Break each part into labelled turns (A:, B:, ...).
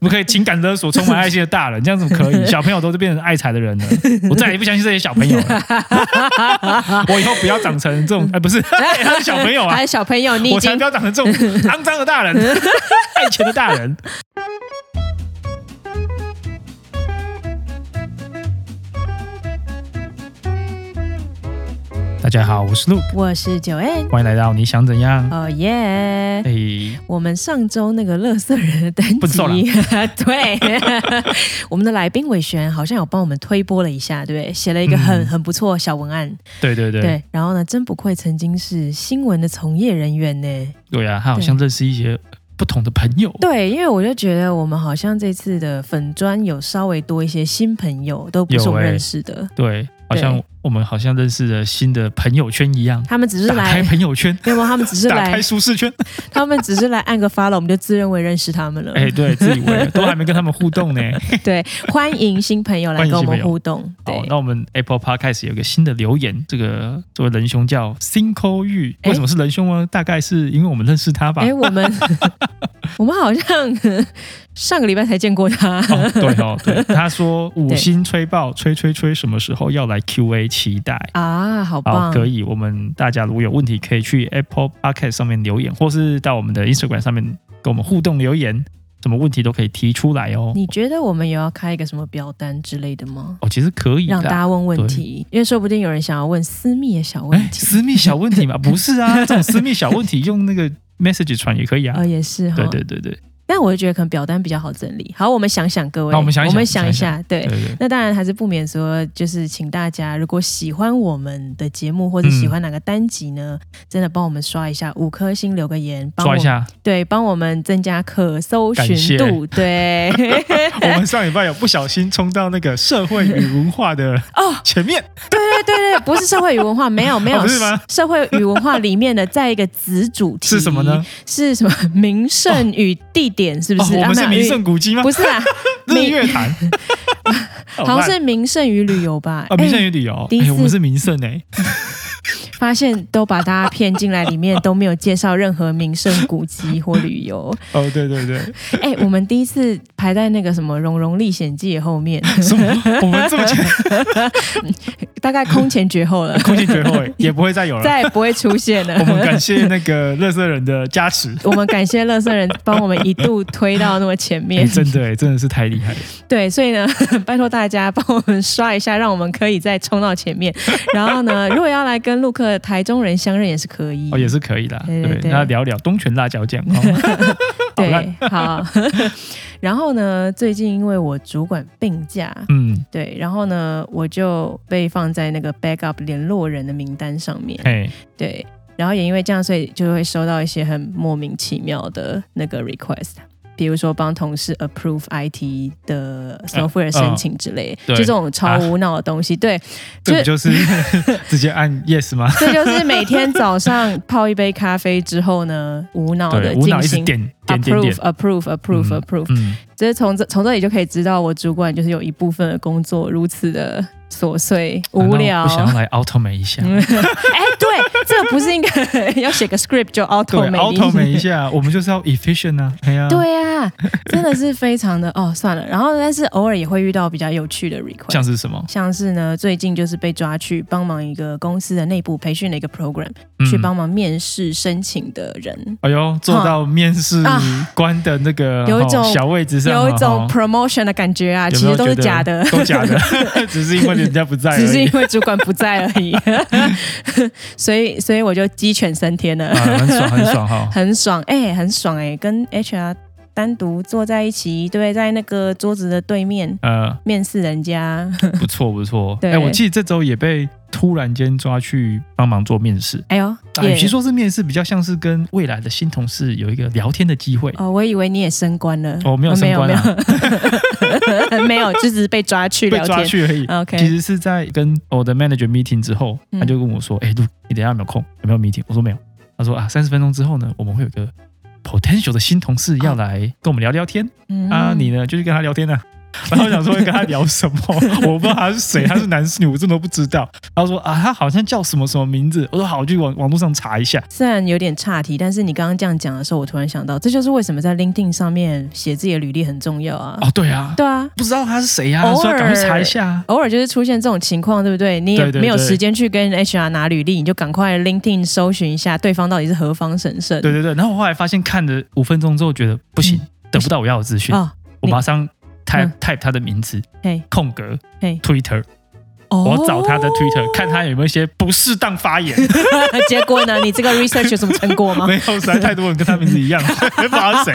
A: 不可以情感勒索充满爱心的大人，这样怎么可 以？小朋友都是变成爱财的人了，我再也不相信这些小朋友了。 我以后不要长成这种，哎，不是， 他是小朋友啊
B: 还，有小朋友，你已
A: 我才
B: 经
A: 不要长成这种肮脏的大 人，爱钱的大人。大家好，我是陆，
B: 我是九 N，
A: 欢迎来到你想怎样？
B: 哦耶！
A: 哎、
B: 我们上周那个乐色人的单
A: 不
B: 集
A: 做了，
B: 对， 我们的来宾伟璇好像有帮我们推播了一下，对不对？写了一个很、
A: 嗯
B: 很不错的小文案，
A: 对对对对
B: 对。然后呢，真不愧曾经是新闻的从业人员呢。
A: 啊，他好像认识一些不同的朋友。
B: 对，因为我就觉得我们好像这次的粉砖有稍微多一些新朋友，都不是
A: 有
B: 我们
A: 欸
B: 认识的，
A: 对，好像我们好像认识了新的朋友圈一样，
B: 他们只是
A: 打开。
B: 来
A: 朋友圈，
B: 没有，他们只是
A: 打
B: 来
A: 开，舒适圈。
B: 他们只是来按个 follow，我们就自认为认识他们了。
A: 哎、对，自以为都还没跟他们互动 呢。
B: 对，欢迎新朋友来
A: 欢迎
B: 跟我
A: 新朋
B: 们
A: 友
B: 互动。对
A: 好，，那我们 Apple Podcast 有一个新的留言，这个这位仁兄叫 Cinco Yu，
B: 哎
A: 为什么是仁兄呢？大概是因为我们认识他吧。
B: 哎、我们 我们好像 上个礼拜才见过他。
A: 哦，对哦， 对，他说五星吹爆，吹吹吹，什么时候要来 Q&A？期待。
B: 啊，
A: 好，
B: 好棒！
A: 可以。我们大家如果有问题，可以去 Apple Podcast 上面留言，或是到我们的 Instagram 上面跟我们互动留言，什么问题都可以提出来哦。
B: 你觉得我们有要开一个什么表单之类的吗？
A: 哦，其实可以
B: 让大
A: 的。
B: 家问问题，因为说不定有人想要问私密的小问
A: 哎，
B: 题。
A: 私密小问题 嘛，不是啊，这种私密小问题用那个 message 传也可 以啊。
B: 呃，也是哈
A: 对，对对对
B: 但我就觉得可能表单比较好整理。好，我们想想各位，
A: 那我们想一想
B: 一下，对
A: 对。对。
B: 那当然还是不免说，就是请大家如果喜欢我们的节目或者
A: 嗯
B: 喜欢哪个单集呢，真的帮我们刷一下五颗星，留个言，帮我
A: 抓一
B: 们
A: 下。
B: 对，帮我们增加可搜
A: 感
B: 寻
A: 谢
B: 度。对，
A: 我们上礼拜有不小心冲到那个社会与文化的
B: 哦
A: 前面，
B: 对对对，不是社会与文化，没有没 有，
A: 哦不是吗
B: 社会与文化里面的再一个子主题
A: 是什么呢？
B: 是什么？名胜与地点是不
A: 哦
B: 是？，
A: 我
B: 啊
A: 们是
B: 没有
A: 名胜古迹吗？
B: 不是 啊，
A: 日月 潭，哦
B: 好像
A: 烂
B: 是名胜与旅游吧？
A: 啊，名胜
B: 哎
A: 与旅游，
B: 第一
A: 哎，我们
B: 次
A: 是名胜哎，
B: 发现都把大家骗进来，里面都没有介绍任何名胜古迹或旅 游。
A: 哦，对对对，
B: 哎、我们第一次排在那个什么《蓉蓉历险记》后面，
A: 什么？我们这么前，
B: 大概空前绝后了
A: 空前绝后哎，也不会再有了。
B: 再也不会出现了。
A: 我们感谢那个乐色人的加 持，
B: 我们感谢乐色人帮我们一度推到那么前
A: 哎
B: 面，
A: 真的哎，真的是太厉害了。
B: 对，所以呢， 拜托大家帮我们刷一下，让我们可以再冲到前面。然后 呢，如果要来跟陆克台中人相认也是可以，
A: 哦，也是可以的，
B: 对对
A: 对，
B: 对
A: 那聊聊东泉辣椒酱 哦，好
B: 对
A: 烂，
B: 好。 然后呢，最近因为我主管病假，
A: 嗯，
B: 对，然后呢，我就被放在那个 backup 联络人的名单上面，
A: 哎，
B: 对。然后也因为这样，所以就会收到一些很莫名其妙的那个 request，比如说帮同事 approve IT 的 software 申请之
A: 啊
B: 类，
A: 嗯对啊
B: 就这种超无脑的东西。对，
A: 这
B: 就
A: 不就是 直接按 yes 吗？
B: 这就是每天早上泡一杯咖啡之后呢，无脑的
A: 对，无脑
B: 进
A: 一直
B: 行
A: 点点点
B: approve
A: 点
B: approve approve
A: 嗯
B: approve，
A: 嗯，
B: 就是从这从这里就可以知道，我主管就是有一部分的工作如此的琐碎无聊。
A: 难道不想要来 automate 一 下。
B: 嗯哎、对，这个不是应 该要写个 script 就 auto
A: 对
B: 美
A: ，auto 美一下，我们就是要 efficient 啊，哎呀、
B: 对啊，真的是非常的哦，算了。然后，但是偶尔也会遇到比较有趣的 request，
A: 像是什么？
B: 像是呢，最近就是被抓去帮忙一个公司的内部培训的一个 program，、
A: 嗯
B: 去帮忙面试申请的人，
A: 哎呦，坐到面试
B: 啊
A: 官的那个、
B: 有一种
A: 哦小位置上，
B: 有一种
A: 哦
B: promotion 的感觉啊，
A: 有
B: 其
A: 没有
B: 实都是
A: 觉得。
B: 假的
A: 都假的，只是因为人家不在而已。
B: 只是因为 主管不在而已， 所以所以我就鸡犬升天了，
A: 啊，很爽很爽 哈、
B: 很爽哎、很爽哎、跟 HR 单独坐在一起，对，在那个桌子的对面
A: 呃，
B: 面试人家，
A: 不错不错。
B: 对
A: 哎，我记得这周也被突然间抓去帮忙做面试。
B: 哎呦，
A: 啊，
B: 也
A: 与其说是面试，比较像是跟未来的新同事有一个聊天的机会。
B: 哦，我以为你也升官了，
A: 哦没有
B: 哦
A: 升官啊
B: 没有 没有，就 只是被抓去
A: 被
B: 聊
A: 抓
B: 天。啊
A: 去而已。
B: OK
A: 其实是在跟我的 manager meeting 之后，
B: 嗯
A: 他就跟我说：“哎、陆，你等一下有没有空？有没有 meeting？” 我说：“没有。”他说：“啊，三十分钟之后呢，我们会有个 potential 的新同事要来跟我们聊聊天、
B: 嗯
A: 啊，你呢就去跟他聊天啊。” 然后我想说跟他聊什 么，我不知道他是谁，他是男是女，我真的不知道。他说啊，他好像叫什么什么名字。我说好，我去网网络上查一下。
B: 虽然有点岔题，但是你刚刚这样讲的时候，我突然想到，这就是为什么在 LinkedIn 上面写自己的履历很重要啊。
A: 哦，对啊，
B: 对啊，
A: 不知道他是谁呀、啊，
B: 偶尔
A: 所以赶快查一下啊。
B: 偶尔就是出现这种情况，对不对？你也
A: 对对
B: 没有
A: 对
B: 时间去跟 HR 拿履历，你就赶快 LinkedIn 搜寻一下对方到底是何方神圣。
A: 对对对，然后我后来发现看了五分钟之后，觉得不行，得不到我要的资讯，
B: 啊，
A: 我马上 type、
B: 嗯
A: type 他的名字
B: 嘿，
A: 空格
B: 嘿
A: Twitter，
B: 哦
A: 我找他的 Twitter、看他有没有一些不适当发言。
B: 结果呢？你这个 research 有什么成果吗
A: 没？有，实在太多人跟他名字一样， 没把他谁。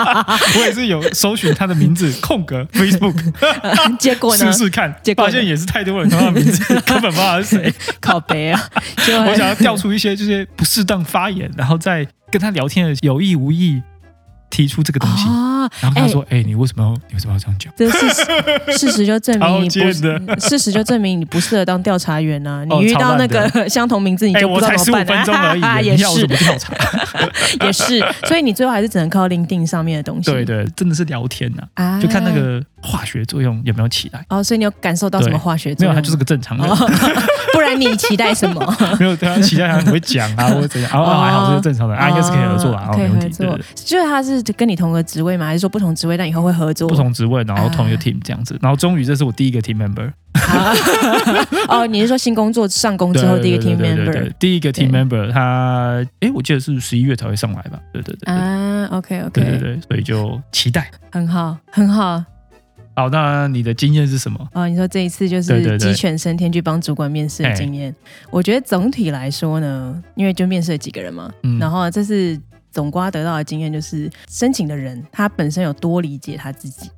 A: 我也是有搜寻他的名字空格 Facebook
B: 结果呢
A: 试？试看
B: 结，果
A: 发
B: 呢
A: 现也是太多人跟他的名字，根本不知道他是 谁。
B: 靠北啊！就
A: 我想要调出一些这些不适当发言，然后在跟他聊天的有意无意提出这个东西。
B: 啊，
A: 然后他
B: 哎
A: 说：“哎、你为什么要你为什么要这样讲
B: 这事实事实就证明你
A: 超贱
B: 不，事实就证明你不适合当调查员啊！
A: 哦
B: 你遇
A: 超
B: 到那
A: 烂的
B: 个 相同名字，？”你
A: 哎、
B: 就不
A: 我
B: 知道
A: 才
B: 怎
A: 十五
B: 么
A: 分
B: 办
A: 钟而已，
B: 啊！也
A: 你要我
B: 是
A: 怎么调 查？
B: 也是， 所以你最后还是只能靠 LinkedIn 上面的东西。
A: 对对，真的是聊天呐、
B: 啊，
A: 就看那个化学作用有没有起来。
B: 哦，所以你有感受到什么化学
A: 没
B: 作
A: 有，
B: 用？
A: 他就是个正常人。
B: 哦，不然你期待 什么？啊
A: 没有，对他期待他很会讲 啊，或者怎样啊，啊还好这是正常的啊，应该是可以合作啊，
B: 哦
A: 啊
B: 可以
A: 没问
B: 合
A: 题。对对
B: 作
A: 对。
B: 就是他是跟你同个职位吗？还是说不同职位，但以后会合作？
A: 不同职位，然后同一个
B: 啊
A: team 这样子，然后终于这是我第一个 team member，
B: 啊。 哦，你是说新工作上工之后第一个
A: 对
B: team
A: 对对对对
B: member
A: 对第一个 team
B: 对
A: member，他诶，我记得是十一月才会上来吧？对对对对
B: 啊？OK
A: 对对
B: OK，
A: 对，所以就期待。
B: 很好很好。
A: 好，那你的经验是什么？
B: 哦，你说这一次就
A: 对对哎对
B: 是鸡犬升天去帮主管面试的经验，我觉得总体来说呢，因为就面试了几个人嘛，
A: 嗯
B: 然后这是总瓜得到的经验，就是申请的人他本身有多理解他自己，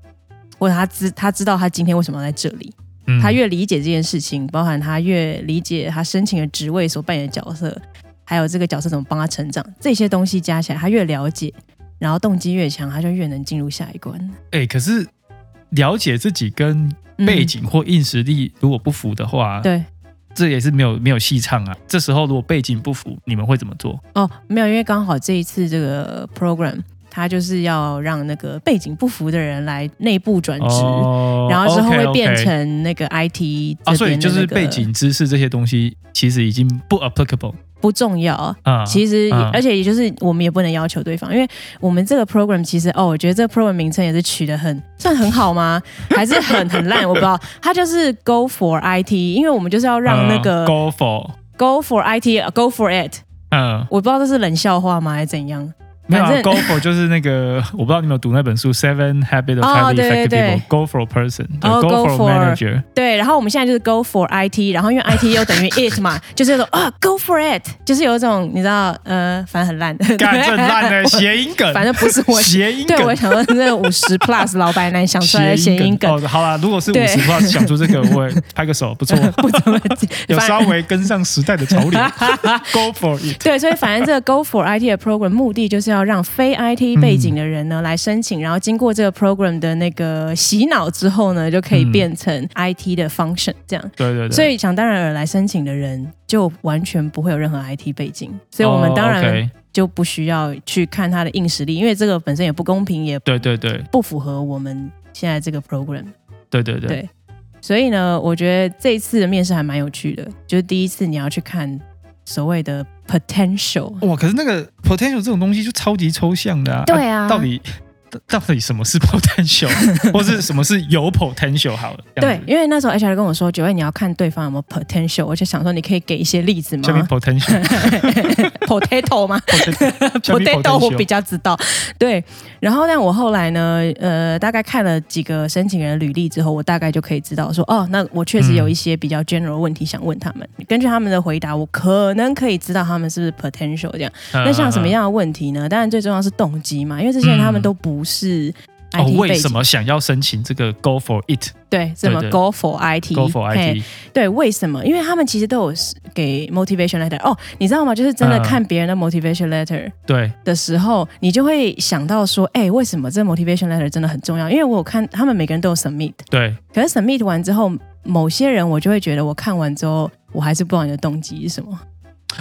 B: 或者他知他知道他今天为什么要在这里，
A: 嗯
B: 他越理解这件事情，包含他越理解他申请的职位所扮演的角色，还有这个角色怎么帮他成长，这些东西加起来，他越了解，然后动机越强，他就越能进入下一关。
A: 诶，可是了解自己跟背、景或硬实力如果不符的话
B: 嗯、，对
A: 这也是没有没有戏唱啊。这时候如果背景不符，你们会怎么做？
B: 哦，没有，因为刚好这一次这个 program，他就是要让那个背景不符的人来内部转职。
A: 哦
B: 然后之后
A: OK，OK
B: 会变成那个 IT
A: 啊，
B: 这
A: 所以
B: 边
A: 就
B: 的
A: 是
B: 那个
A: 背景知识这些东西其实已经不 applicable
B: 不重要，
A: 啊、
B: 其实也，
A: 嗯
B: 而且也就是我们也不能要求对方，因为我们这个 program 其实哦，我觉得这个 program 名称也是取得很算很 好吗？还是很很烂？我不知道。它就是 go for IT，因为我们就是要让那个
A: 嗯 go for，
B: go for IT，go for it。
A: 嗯，
B: 我不知道这是冷笑话吗，还是怎样？
A: 没有、
B: 反
A: 啊、
B: 正
A: go for 就是那个， 我不知道你有没有读那本书《Seven Habits of
B: 哦
A: Highly
B: 对
A: Effective
B: 对对
A: People》，go for person，对、
B: 哦
A: go
B: ，go
A: for
B: for
A: manager，
B: 对，然后我们现在就是 go for IT，然后因为 IT 又等 于 it 嘛，就是有种啊 go for it，就是有一种你知道呃，反正很烂，
A: 干这烂的谐音梗，
B: 反正不是我。
A: 谐音梗
B: 对，。我想说，那五十 plus 老白男想出来的谐音梗，
A: 哦，好啦，如果是
B: 对
A: 五十的话，想出这个，我也拍个手，不 错，
B: 不怎么
A: 有
B: 反
A: 稍微跟上时代的潮 流，Go for it，
B: 对，所以反正这个 Go for IT 的 program 目的就是要让非 IT
A: 嗯
B: 背景的人呢、来申请，然后经过这个 program 的那个洗脑之后呢，就可以
A: 嗯
B: 变成 IT 的 function 这样。
A: 对对对，
B: 所以想当然而来申请的人就完全不会有任何 IT 背景，所以我们
A: 哦
B: 当然
A: OK，
B: 就不需要去看他的硬实力，因为这个本身也不公平，也
A: 对对对
B: 不符合我们现在这个 program。
A: 对对对
B: 对，所以呢，我觉得这一次的面试还蛮有趣的，就是第一次你要去看所谓的 potential。
A: 哇，可是那个 potential 这种东西就超级抽象的啊，
B: 对啊
A: 到底到到底什么是 potential，或是什么是有 potential 好了，这样
B: 对
A: 子，
B: 因为那时候 HR 跟我说，九位你要看对方有没有 potential，我就想说你可以给一些例子
A: 下面
B: 吗
A: potential，
B: ？potato 吗
A: 下面
B: ？potato 我比较知道。对，然后但我后来呢，呃，大概看了几个申请人的履历之后，我大概就可以知道说，哦，那我确实有一些比较 general 的问题想问他们，根据他们的回答，我可能可以知道他们是不是 potential 这样。
A: 嗯
B: 那像
A: 哦
B: 什么？样的问题呢？当然最重要是动机嘛，因为这些人他们
A: 嗯
B: 都不是
A: 嗯嗯嗯哦，
B: IT
A: 为
B: 背景，
A: 什么想要申请这个 Go for it，Go
B: 对，什么
A: 对对
B: Go for IT，
A: for
B: 嘿
A: it？
B: 对，为什么？因为他们其实都有给 motivation letter 哦，你知道吗？就是真的
A: 嗯
B: 看别人的 motivation letter
A: 对，
B: 的时候，你就会想到说，哎、为什么这 motivation letter 真的很重要？因为我有看他们每个人都有 submit，
A: 对，
B: 可是 submit 完之后，某些人我就会觉得，我看完之后，我还是不知道你的动机是什么。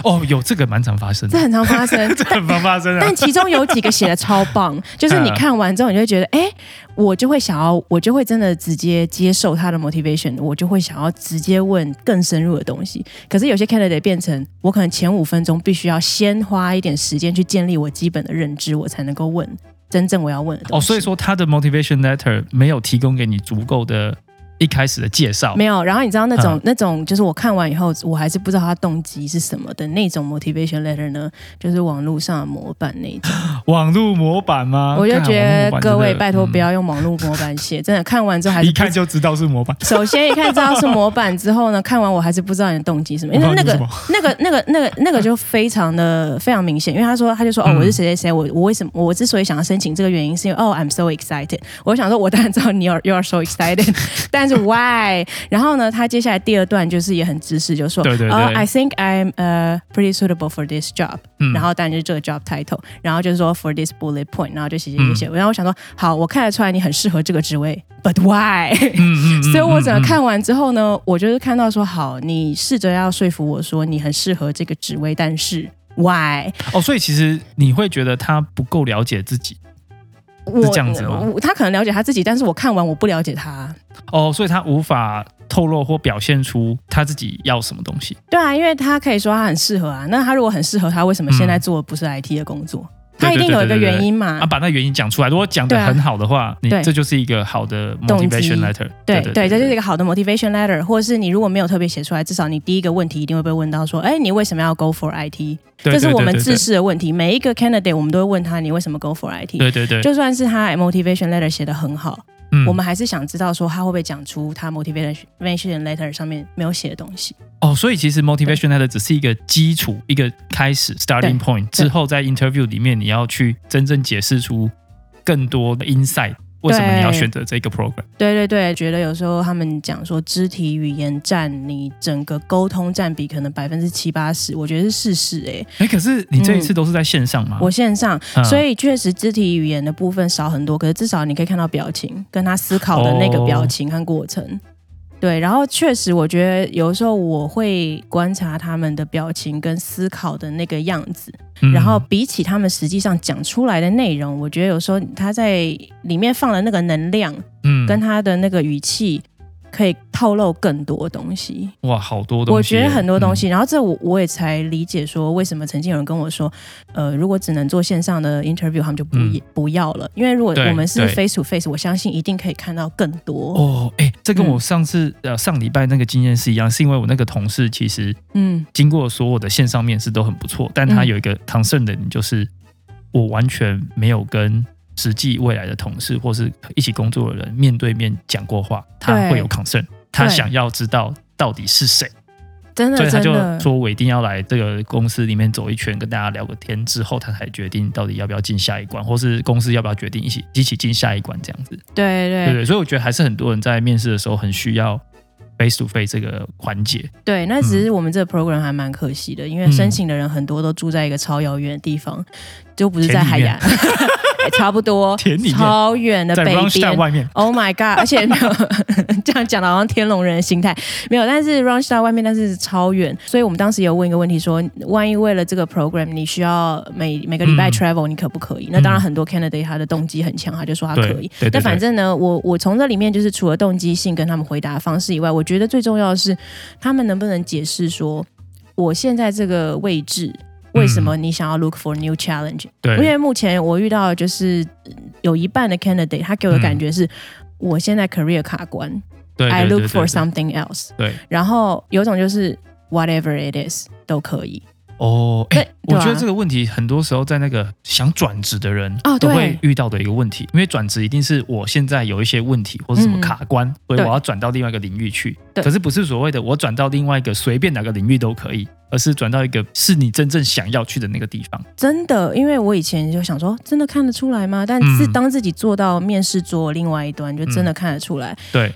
A: 哦，有这个蛮常发生
B: 这
A: 的，。
B: 很常发生
A: 这很常发生啊
B: 但。其中有几个写的超棒，就是你看完之后，你就会觉得，哎、我就会想要，我就会真的直接接受他的 motivation，我就会想要直接问更深入的东西。可是有些 candidate 变成，我可能前五分钟必须要先花一点时间去建立我基本的认知，我才能够问真正我要问的东
A: 哦，
B: 西。
A: 所以说他的 motivation letter 没有提供给你足够的一开始的介绍，
B: 没有，然后你知道那种、
A: 嗯
B: 那种，就是我看完以后，我还是不知道他动机是什么的那种 motivation letter 呢，就是网络上的模板那一种。
A: 网络模板吗？
B: 我就
A: 啊干
B: 觉得各位拜托
A: 网络
B: 不。
A: 模板真的
B: 要用网络模板写，真的看完之后还
A: 嗯
B: 是
A: 一
B: 不
A: 看就知道是模板，
B: 首先一看知道是模板之后呢，看完我还是不知道你的动机是什么，因为那个
A: 我 不知道
B: 那个、那个、那个、那个就非常的非常明显，因为他说他就说哦
A: 嗯，
B: 我是谁谁谁，我我为什么我之所以想要申请这个原因是因为哦，I'm so excited。我想说，我当然知道你 are you are so excited，但 是 why？然后呢，他接下来第二段就是也很知识，就说
A: 对对对
B: 呃 i think I'm 呃、pretty suitable for this job。
A: 嗯
B: 然后当然就是这个 job title，然后就是说 for this bullet point，然后就写写写
A: 嗯
B: 写。然后我想说，好，我看得出来你很适合这个职位，but why？
A: 嗯嗯嗯
B: 所以我整个
A: 嗯嗯
B: 看完之后呢，我就是看到说，好，你试着要说服我说你很适合这个职位，但是 why？
A: 哦，所以其实你会觉得他不够了解自己
B: 我
A: 这样子吗
B: 我他可能了解他自己，但是我看完我不了解他。
A: 哦，所以他无法透露或表现出他自己要什么东西。
B: 对啊，因为他可以说他很适合啊，那他如果很适合，他为什么现
A: 嗯
B: 在做的不是 IT 的工作？他一定有一个原因嘛
A: 啊，。把那原因讲出来。如果讲的
B: 对啊
A: 很好的话，你
B: 对
A: 这就是一个好的
B: 动机
A: motivation letter。
B: 对
A: 对
B: 对，这就是一
A: 个
B: 个好的 motivation letter，或者是你如果没有特别写出来，至少你第一个问题一定会被问到说，哎，你为什么要 go for IT？这是我们自。视的问题。每一个 candidate 我们都会问他，你为什么 go for IT？
A: 对对对对对对对，
B: 就算是他 motivation letter 写的很好，
A: 嗯
B: 我们还是想知道说他会不会讲出他 motivation letter 上面没有写的东西。
A: 哦，所以其实 motivation letter 只是一个基础，一个开始 starting point，之后在 interview 里面你要去真正解释出更多的 insight，为什么你要选择这个 program？
B: 对对对，觉得有时候他们讲说肢体语言占你整个沟通占比可能百分之七八十，我觉得是事实哎、
A: 哎，可是你这一次都是在线上吗？
B: 我线上，
A: 嗯
B: 所以确实肢体语言的部分少很多，可是至少你可以看到表情，跟他思考的那
A: 哦
B: 个表情和过程。对，然后确实，我觉得有时候我会观察他们的表情跟思考的那个样子，
A: 嗯
B: 然后比起他们实际上讲出来的内容，我觉得有时候他在里面放的那个能量
A: 嗯
B: 跟他的那个语气，可以透露更多东西。
A: 哇，好多东西，嗯
B: 我觉得很多东西，然后这我我也才理解说，为什么曾经有人跟我说，呃，如果只能做线上的 interview，他们就不、
A: 嗯
B: 不要了，因为如果
A: 对
B: 我们是
A: 对
B: face to face，我相信一定可以看到更多。
A: 嗯。哦，哎，这跟我上次呃上礼拜那个经验是一样，是因为我那个同事其实
B: 嗯，
A: 经过所有的线上面试都很不错，但他有一个 concern 的，就是我完全没有跟实际未来的同事或是一起工作的人面对面讲过话，他
B: 对
A: 会有 concern，他
B: 对
A: 想要知道到底是谁，
B: 真的
A: 所以他
B: 真
A: 就
B: 的，
A: 说我一定要来这个公司里面走一圈，跟大家聊个天之后，他才决定到底要不要进下一关，或是公司要不要决定一起一起进下一关这样子，
B: 对
A: 对不
B: 对
A: 对？所以我觉得还是很多人在面试的时候很需要 face to face 这个环节，
B: 对，那只是我们这个 program 还蛮可惜的，因为
A: 嗯
B: 申请的人很多都住在一个超遥远的地方，就不是在
A: 田
B: 海
A: 里
B: 洋， 哎差不多
A: 田里面
B: 超远的
A: 在
B: 北
A: r u n s t a
B: 边
A: d 外面，
B: Oh my god！而且没有这样讲的，好像天龙人的心态没有。但是 Runstar 外面，但是超远，所以我们当时有问一个问题说，万一为了这个 program，你需要每每个礼拜
A: 嗯
B: travel，、你可不可以？那当然，很多 candidate 他的动机很强，他就说他可
A: 对
B: 以。
A: 对对
B: 那反
A: 对
B: 正呢，我我从这里面就是除了动机性跟他们回答方式以外，我觉得最重要的是他们能不能解释说，我现在这个位置。为
A: 嗯
B: 什么你想要 look for new challenge？、
A: 对，
B: 因为目前我遇到的就是嗯有一半的 candidate，他给我的感觉是。我现在 career 卡关
A: 嗯对对
B: ，I
A: 对
B: look
A: 对对
B: for something else。
A: 对，
B: 然后有种就是 whatever it is 都可以。
A: 哦，哎、
B: 对对
A: 我
B: 啊
A: 觉得这个问题很多时候在那个想转职的人
B: 哦
A: 都
B: 对
A: 会遇到的一个问题，因为转职一定是我现在有一些问题或是什么
B: 嗯
A: 卡关，所以
B: 对
A: 我要转到另外一个领域去。
B: 对
A: 可是不是所谓的我转到另外一个随便哪个领域都可以，而是转到一个是你真正想要去的那个地方。
B: 真的，因为我以前就想说，真的看得出来吗？但
A: 嗯
B: 是当自己坐到面试桌另外一端，就真的看得出来。
A: 对，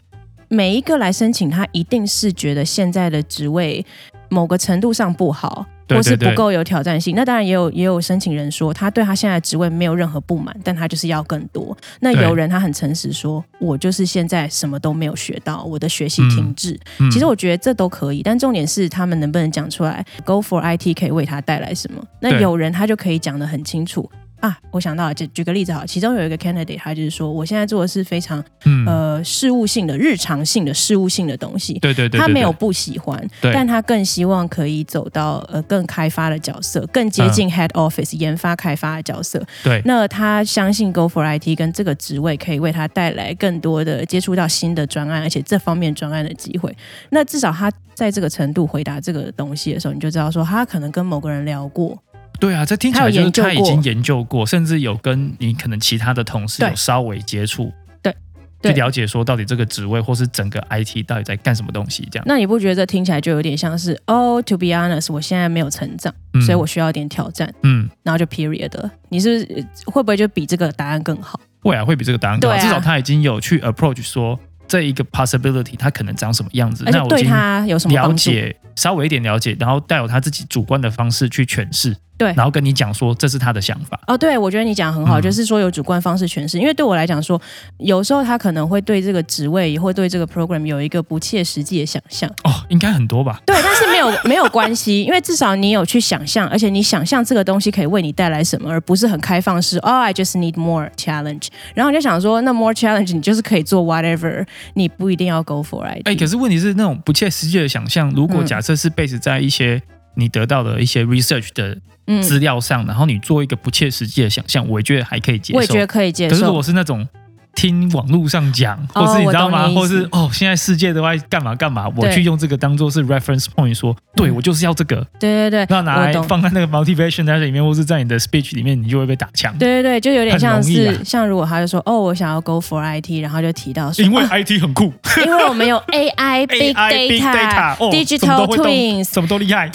B: 每一个来申请，他一定是觉得现在的职位某个程度上不好，
A: 对
B: 或是
A: 对
B: 不
A: 对，
B: 够有挑战性。那当然也有也有申请人说，他对他现在的职位没有任何不满，但他就是要更多。那
A: 对
B: 有人他很诚实说，我就是现在什么都没有学到，我的学习停滞。
A: 嗯
B: 其实我觉得这都可以，但重点是他们能不能讲出来，Go for IT 可以为他带来什么？那
A: 对
B: 有人他就可以讲得很清楚。啊，我想到了，举举个例子好，其中有一个 candidate，他就是说，我现在做的是非常
A: 嗯，
B: 呃事务性的、日常性的、事务性的东西，
A: 对对对，
B: 他
A: 对
B: 没有
A: 对
B: 不喜欢，
A: 对
B: 但他更希望可以走到呃更开发的角色，更接
A: 嗯
B: 近 head office、研发开发的角色。
A: 对
B: 那他相信 Go for IT 跟这个职位可以为他带来更多的接触到新的专案，而且这方面专案的机会。那至少他在这个程度回答这个东西的时候，你就知道说他可能跟某个人聊过，
A: 对啊，这听起
B: 他
A: 来
B: 有
A: 就是
B: 研究
A: 他已
B: 过
A: 经研究过，甚至有跟你可能其他的同事
B: 对
A: 有稍微接触，
B: 对，
A: 去
B: 对
A: 了解说到底这个职位或是整个 IT 到底在干什么东西，这样。
B: 那你不觉得这听起来就有点像是哦、t o be honest，我现在没有成长，
A: 嗯
B: 所以我需要一点挑战，
A: 嗯，
B: 然后就 period 了。你是不是会不会就比这个答案更好？
A: 未来会比这个答案高，
B: 对啊
A: 至少他已经有去 approach 说这一个 possibility 它可能长什么样子，
B: 而且
A: 那我已
B: 对
A: 经
B: 他有什么
A: 了
B: 帮助？
A: 解稍微一点了解，然后带有他自己主观的方式去诠释，
B: 对
A: 然后跟你讲说这是他的想法，
B: 哦，对，我觉得你讲得很好，
A: 嗯
B: 就是说有主观方式诠释。因为对我来讲说，有时候他可能会对这个职位，也会对这个 program 有一个不切实际的想象。
A: 哦，应该很多吧？
B: 对，但是没有没有关系，因为至少你有去想象，而且你想象这个东西可以为你带来什么，而不是很开放式。哦、i just need more challenge。然后你就想说，那 more challenge 你就是可以做 whatever，你不一定要 go for it。
A: 哎、可是问题是那种不切实际的想象，如果
B: 嗯
A: 假设是 base 在一些你得到的一些 research 的
B: 嗯，
A: 资料上，然后你做一个不切实际的想象，我也觉得还可以接受。
B: 我也觉得可以接
A: 可是如
B: 受
A: 果。是那种听网络上讲，
B: 哦
A: 或是你知道吗？
B: 我懂你
A: 或
B: 意思
A: 是哦，现在世界都在干嘛干嘛，我
B: 对
A: 去用这个当做是 reference point，说对
B: 嗯
A: 我就是要这个，
B: 对对对，
A: 那拿
B: 我
A: 来
B: 懂。
A: 放在那个 motivation 在里面，或是在你的 speech 里面，你就会被打枪。
B: 对对对，就有点
A: 很
B: 像
A: 容易
B: 是、
A: 啊
B: 像如果他就说哦，我想要 go for IT，然后就提到说，
A: 因为
B: 啊
A: IT 很酷
B: 因为我们有 AI、big
A: ，AI big data，哦，什么
B: digital
A: 都会动
B: twins。
A: 什么都厉害。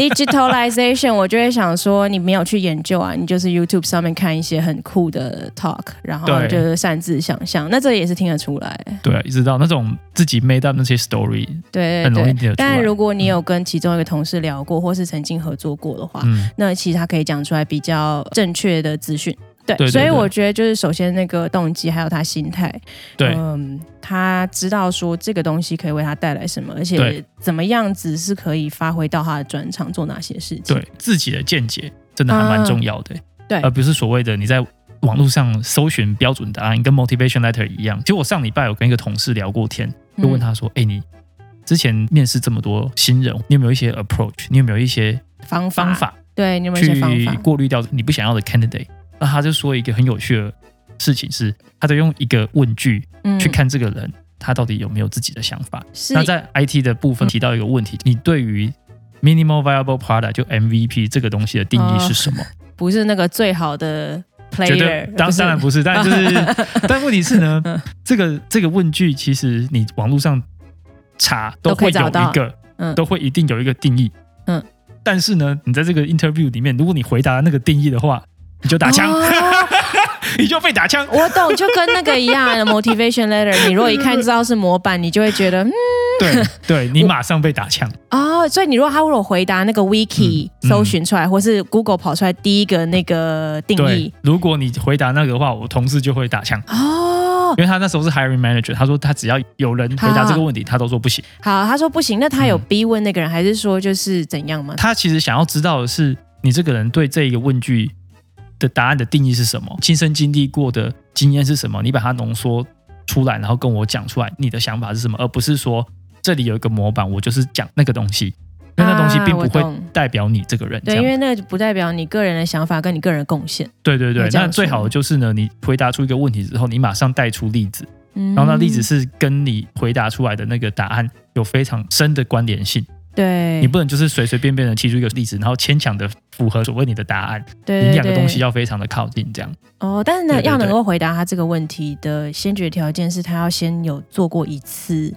B: Digitalization，我就会想说，你没有去研究啊，你就是 YouTube 上面看一些很酷的 talk，然后
A: 对
B: 就是擅自想象，那这也是听得出来，
A: 对啊，一直到那种自己 made up 那些 story，
B: 对
A: 很容易
B: 对
A: 听得
B: 对
A: 出。来
B: 但如果你有跟其中一个同事聊过，或是曾经合作过的话，
A: 嗯，
B: 那其实他可以讲出来比较正确的资讯。对，
A: 对对
B: 所以
A: 对
B: 我觉得就是首先那个动机，还有他心态，
A: 对，
B: 嗯，他知道说这个东西可以为他带来什么，而且
A: 对
B: 怎么样子是可以发挥到他的专长，做哪些事情。
A: 对自己的见解真的还蛮重要的、
B: 嗯对
A: 而不是所谓的你在网络上搜寻标准答案，跟 motivation letter 一样。其实我上礼拜有跟一个同事聊过天，
B: 嗯，
A: 就问他说：“哎、你之前面试这么多新人，你有没有一些 approach？你有没有一些
B: 方法，
A: 方法
B: 对，你有没有一些方
A: 去
B: 法？
A: 过滤掉你不想要的 candidate？” 那他就说一个很有趣的事情是，他就用一个问句
B: 嗯
A: 去看这个人、他到底有没有自己的想法。
B: 是
A: 那在 IT 的部分
B: 嗯
A: 提到一个问题，你对于 minimal viable product 就 MVP 这个东西的定
B: 哦
A: 义是什 么？
B: 不是那个最好的
A: 绝对
B: player？
A: 当
B: 不是嗯
A: 当然不是，但就是 但问题是呢，这个这个问句其实你网络上查
B: 都
A: 都
B: 可
A: 会
B: 以
A: 有
B: 找到
A: 一个，
B: 嗯
A: 都会一定有一个定义，
B: 嗯。
A: 但是呢，你在这个 interview 里面，如果你回答那个定义的话，你就打枪，
B: 哦
A: 你就被打枪。
B: 我懂，就跟那个一样的 motivation letter，你如果一看知道是模板，你就会觉得嗯
A: 对对，你马上被打枪。
B: 哦，所以你如果他如果回答那个 wiki
A: 嗯
B: 搜寻出来，或是 Google 跑出来第一个那个定
A: 对
B: 义，
A: 如果你回答那个的话，我同事就会打枪。
B: 哦，
A: 因为他那时候是 hiring manager，他说他只要有人回答这
B: 啊
A: 个问题，他都说不行。
B: 好，他说不行，那他有
A: 嗯
B: 逼问那个人，还是说就是怎样吗？
A: 他其实想要知道的是，你这个人对这一个问句的答案的定义是什么，亲身经历过的经验是什么，你把它浓缩出来，然后跟我讲出来你的想法是什么，而不是说这里有一个模板，我就是讲那个东西，因为那东西并
B: 啊我
A: 不会
B: 懂
A: 代表你这个人。这
B: 对，因
A: 样
B: 为那个不代表你个人的想法跟你个人的贡献。
A: 对对对
B: 那，这样
A: 那最好的就是呢，你回答出一个问题之后，你马上带出例子，
B: 嗯
A: 然后那例子是跟你回答出来的那个答案有非常深的关联性。
B: 嗯对，
A: 你不能就是随随便便的提出一个例子，然后牵强的符合所谓你的答案，
B: 对
A: 你两个东西
B: 要
A: 要非常的靠近，这样。
B: 哦，但是呢，
A: 对对对
B: 要能够回答他这个问题的先决条件是他要先有做过一次。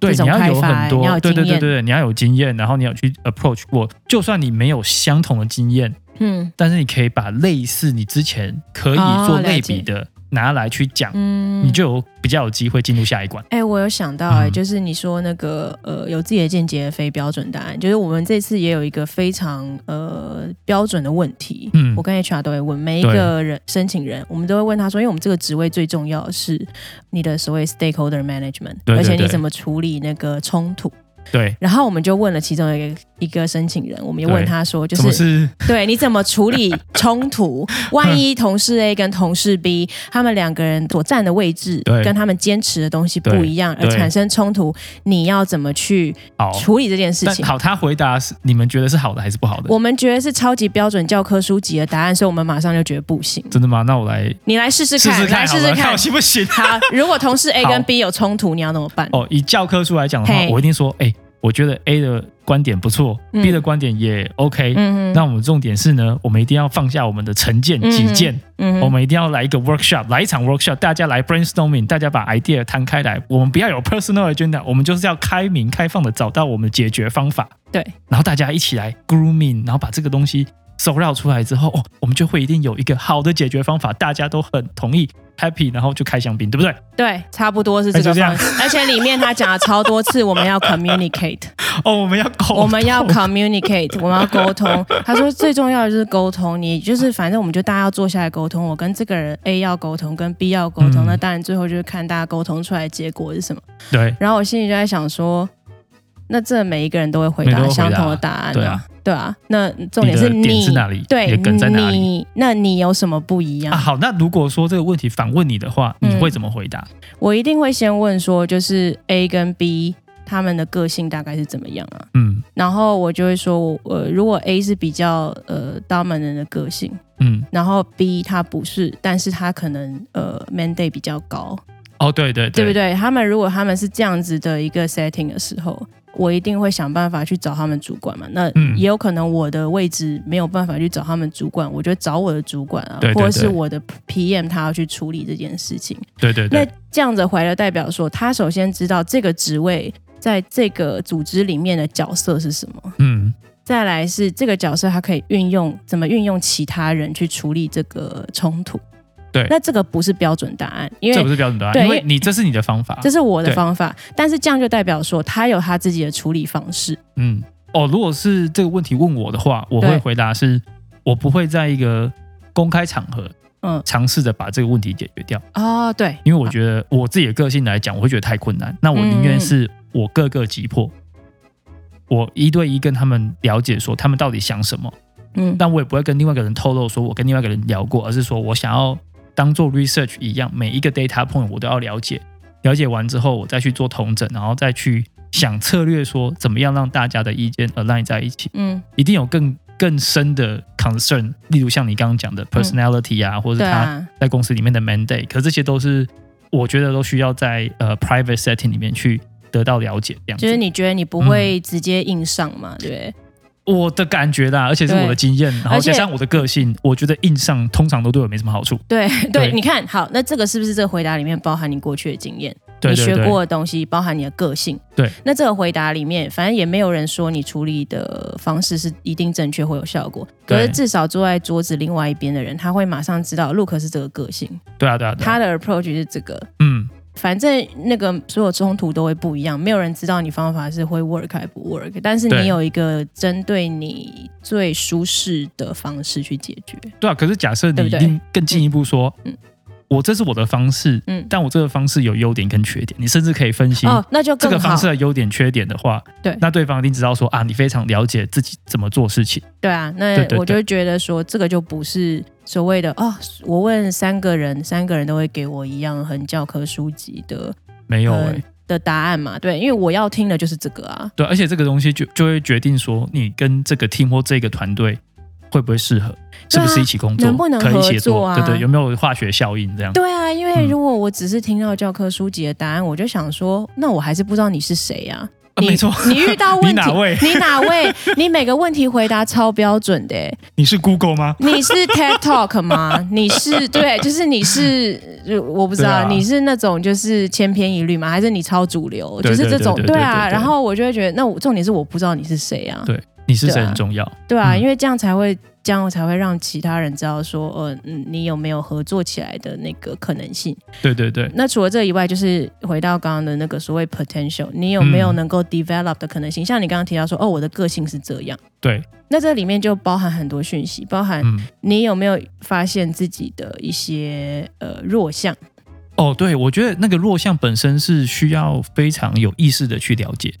A: 对，
B: 这种
A: 你要有
B: 开发
A: 很多
B: 你要有，
A: 对对
B: 经验
A: 对对对，你要有经验，然后你要去 approach 过，就算你没有呃相同的经验，
B: 嗯，
A: 但是你可以把类似你之前可以做类比的拿来去讲，
B: 哦嗯
A: 你就有比较有机会进入下一关。
B: 哎、我有想到哎、
A: 嗯
B: 就是你说那个呃，有自己的见解的非标准答案，就是我们这次也有一个非常呃标准的问题。
A: 嗯
B: 我跟 HR 都会问每一个人申请人，我们都会问他说，因为我们这个职位最重要的是你的所谓 stakeholder management，
A: 对对
B: 而且你
A: 对
B: 怎么处理那个冲突。
A: 对，
B: 然后我们就问了其中一个一个申请人，我们就问
A: 对
B: 他说，就
A: 什么
B: 是
A: 是
B: 对，你怎么处理冲突？万一同事 A 跟同事 B 他们两个人所站的位置
A: 对
B: 跟他们坚持的东西不一样，而
A: 对对
B: 产生冲突，你要怎么去
A: 好？
B: 处理这件事
A: 但
B: 情？
A: 好，他回答是你们觉得是好的还是不好的？
B: 我们觉得是超级标准教科书级的答案，所以我们马上就觉得不行。
A: 真的吗？那我来
B: 你来试试
A: 试试
B: 看，来
A: 看好了，
B: 试试
A: 看
B: 看
A: 我。行不行？
B: 好，如果同事 A
A: 好
B: 跟 B 有冲突，你要怎么办？
A: 哦，以教科书来讲的话，
B: 嘿
A: 我一定说，哎，我觉得 A 的观点不错
B: 嗯
A: ，B 的观点也 OK。
B: 嗯
A: 那我们重点是呢，我们一定要放下我们的成见、
B: 嗯
A: 己见，
B: 嗯
A: 我们一定要来一个 workshop，来一场 workshop，大家来 brainstorming，大家把 idea 摊开来，我们不要有 personal agenda，我们就是要开明、开放的找到我们解决方法，
B: 对，
A: 然后大家一起来 grooming，然后把这个东西搜绕出来之后，哦，我们就会一定有一个好的解决方法，大家都很同意，happy，然后就开香槟，对不对？
B: 对，差不多是
A: 那
B: 这
A: 哎就
B: 个
A: 这
B: 方
A: 样
B: 式。而且里面他讲了超多次，我们 要 communicate。
A: 哦，我们要沟通
B: 我们要 communicate，我们要沟通。他说最重要的就是沟通，你就是反正我们就大家要坐下来沟通。我跟这个人 A 要沟通，跟 B 要沟通，
A: 嗯
B: 那当然最后就是看大家沟通出来的结果是什么。
A: 对
B: 然后我心里就在想说，那这每一个人都会回
A: 每个
B: 答
A: 人都会
B: 相
A: 回答
B: 同的答案、
A: 对啊，
B: 对啊。那重点是
A: 你的点
B: 你
A: 是哪里
B: 对，
A: 你的梗在哪里
B: 你那你有什么不一样？
A: 啊，好，那如果说这个问题反问你的话，你
B: 嗯
A: 会怎么回答？
B: 我一定会先问说，就是 A 跟 B 他们的个性大概是怎么样啊？
A: 嗯
B: 然后我就会说，呃，如果 A 是比较呃 dominant 的个性，
A: 嗯，
B: 然后 B 他不是，但是他可能呃 mandate 比较高，
A: 哦，对对
B: 对
A: 对
B: 不对？他们如果他们是这样子的一个 setting 的时候，我一定会想办法去找他们主管嘛。那
A: 嗯
B: 也有可能我的位置没有办法去找他们主管，我就找我的主管啊，
A: 对对对
B: 或者是我的 PM 他要去处理这件事情。
A: 对对
B: 那
A: 对，
B: 这样子回来代表说，他首先知道这个职位在这个组织里面的角色是什么。
A: 嗯，
B: 再来是这个角色，他可以运用怎么运用其他人去处理这个冲突。
A: 对
B: 那这个不是标准答案，因
A: 这不
B: 为
A: 是标准答
B: 对
A: 案，因为
B: 因为
A: 你这是你的方法
B: 这，是我的
A: 对
B: 方法。但是这样就代表说，他有他自己的处理方式。
A: 嗯，哦，如果是这个问题问我的话，我
B: 对
A: 会回答是，我不会在一个公开场合，
B: 嗯
A: 嗯，尝试着把这个问题解决掉，
B: 哦，对，
A: 因为我觉得我自己的个性来讲，我会觉得太困难，那我
B: 嗯
A: 宁愿是我各个击破。我一对一跟他们了解，说他们到底想什么，
B: 嗯，
A: 但我也不会跟另外一个人透露说我跟另外一个人聊过，而是说我想要当做 research 一样，每一个 data point 我都要了解，了解完之后我再去做统整，然后再去想策略说怎么样让大家的意见 align 在一起，
B: 嗯，
A: 一定有更更深的 concern，例如像你刚刚讲的 personality 啊，或者
B: 嗯对
A: 是他
B: 啊，
A: 在公司里面的 mandate，可这些都是我觉得都需要在呃 private setting 里面去得到了解，这样子
B: 就是你觉得你
A: 嗯
B: 不会直接硬上嘛，对不对？
A: 我的感觉啦，而且是
B: 对
A: 我的经验，然后
B: 而且
A: 加上我的个性，我觉得硬上通常都对我没什么好处。
B: 对对，
A: 对
B: 你看好，那这个是不是这个回答里面包含你过去的经验？
A: 对对
B: 你学
A: 对，
B: 过的东西，包含你的个性。
A: 对，
B: 那这个回答里面，反正也没有人说你处理的方式是一定正确会有效果。可
A: 对
B: 是至少坐在桌子另外一边的人，他会马上知道 Look 是这个个性，
A: 对啊对啊，对啊
B: 他的 approach 是这个。
A: 嗯，
B: 反正那个所有冲突都会不一样，没有人知道你方法是会 work 还不 work，但是
A: 对
B: 你有一个针对你最舒适的方式去解决。
A: 对啊。可是假设
B: 对
A: 你
B: 不对
A: 另更进一步说，
B: 嗯
A: 我这是我的方式，
B: 嗯
A: 但我这个方式有优点跟缺点，你甚至可以分析
B: 哦，那就
A: 嗯这
B: 更
A: 个
B: 好
A: 方。式的优点缺点的话，
B: 对
A: 那对方一定知道说啊，你非常了解自己怎么做事情。
B: 对啊，
A: 对
B: 那
A: 对
B: 我就
A: 对
B: 会觉得说，这个就不是所谓的哦，我问三个人，三个人都会给我一样很教科书级的
A: 没有哎、嗯
B: 嗯的答案嘛？对，因为我要听的就是这个啊。
A: 对，而且这个东西就就会决定说你跟这个 team 或这个团队会不会适合，是不是一起工作，
B: 啊能不能
A: 可以一起
B: 合作啊
A: 对对，有没有化学效应这样？
B: 对啊，因为
A: 嗯
B: 如果我只是听到教科书级的答案，我就想说，那我还是不知道你是谁呀、
A: 啊
B: 你
A: 没错，
B: 你遇到问
A: 你哪
B: 题，
A: 位
B: 你 哪位？你每个问题回答超标准的、欸
A: 你是 Google 吗？
B: 你是 TED Talk 吗？你是对，就是你是，呃我不知道，
A: 对啊
B: 你是那种就是千篇一律吗？还是你超主流？
A: 对
B: 就是这种
A: 对对对对
B: 啊。
A: 对对
B: 然后我就会觉得，那我重点是我不知道你是谁啊。
A: 对你是谁
B: 对啊
A: 很重要。
B: 对啊，
A: 嗯
B: 因为这样才会这样才会让其他人知道说，呃，嗯你有没有合作起来的那个可能性。
A: 对对对，
B: 那除了这以外，就是回到刚刚的那个所谓 potential，你有没有
A: 嗯
B: 能够 develop 的可能性？像你刚刚提到说，哦，我的个性是这样，
A: 对，
B: 那这里面就包含很多讯息，包含
A: 嗯，
B: 你有没有发现自己的一些呃弱项？
A: 哦，对，我觉得那个弱项本身是需要非常有意识的去了解。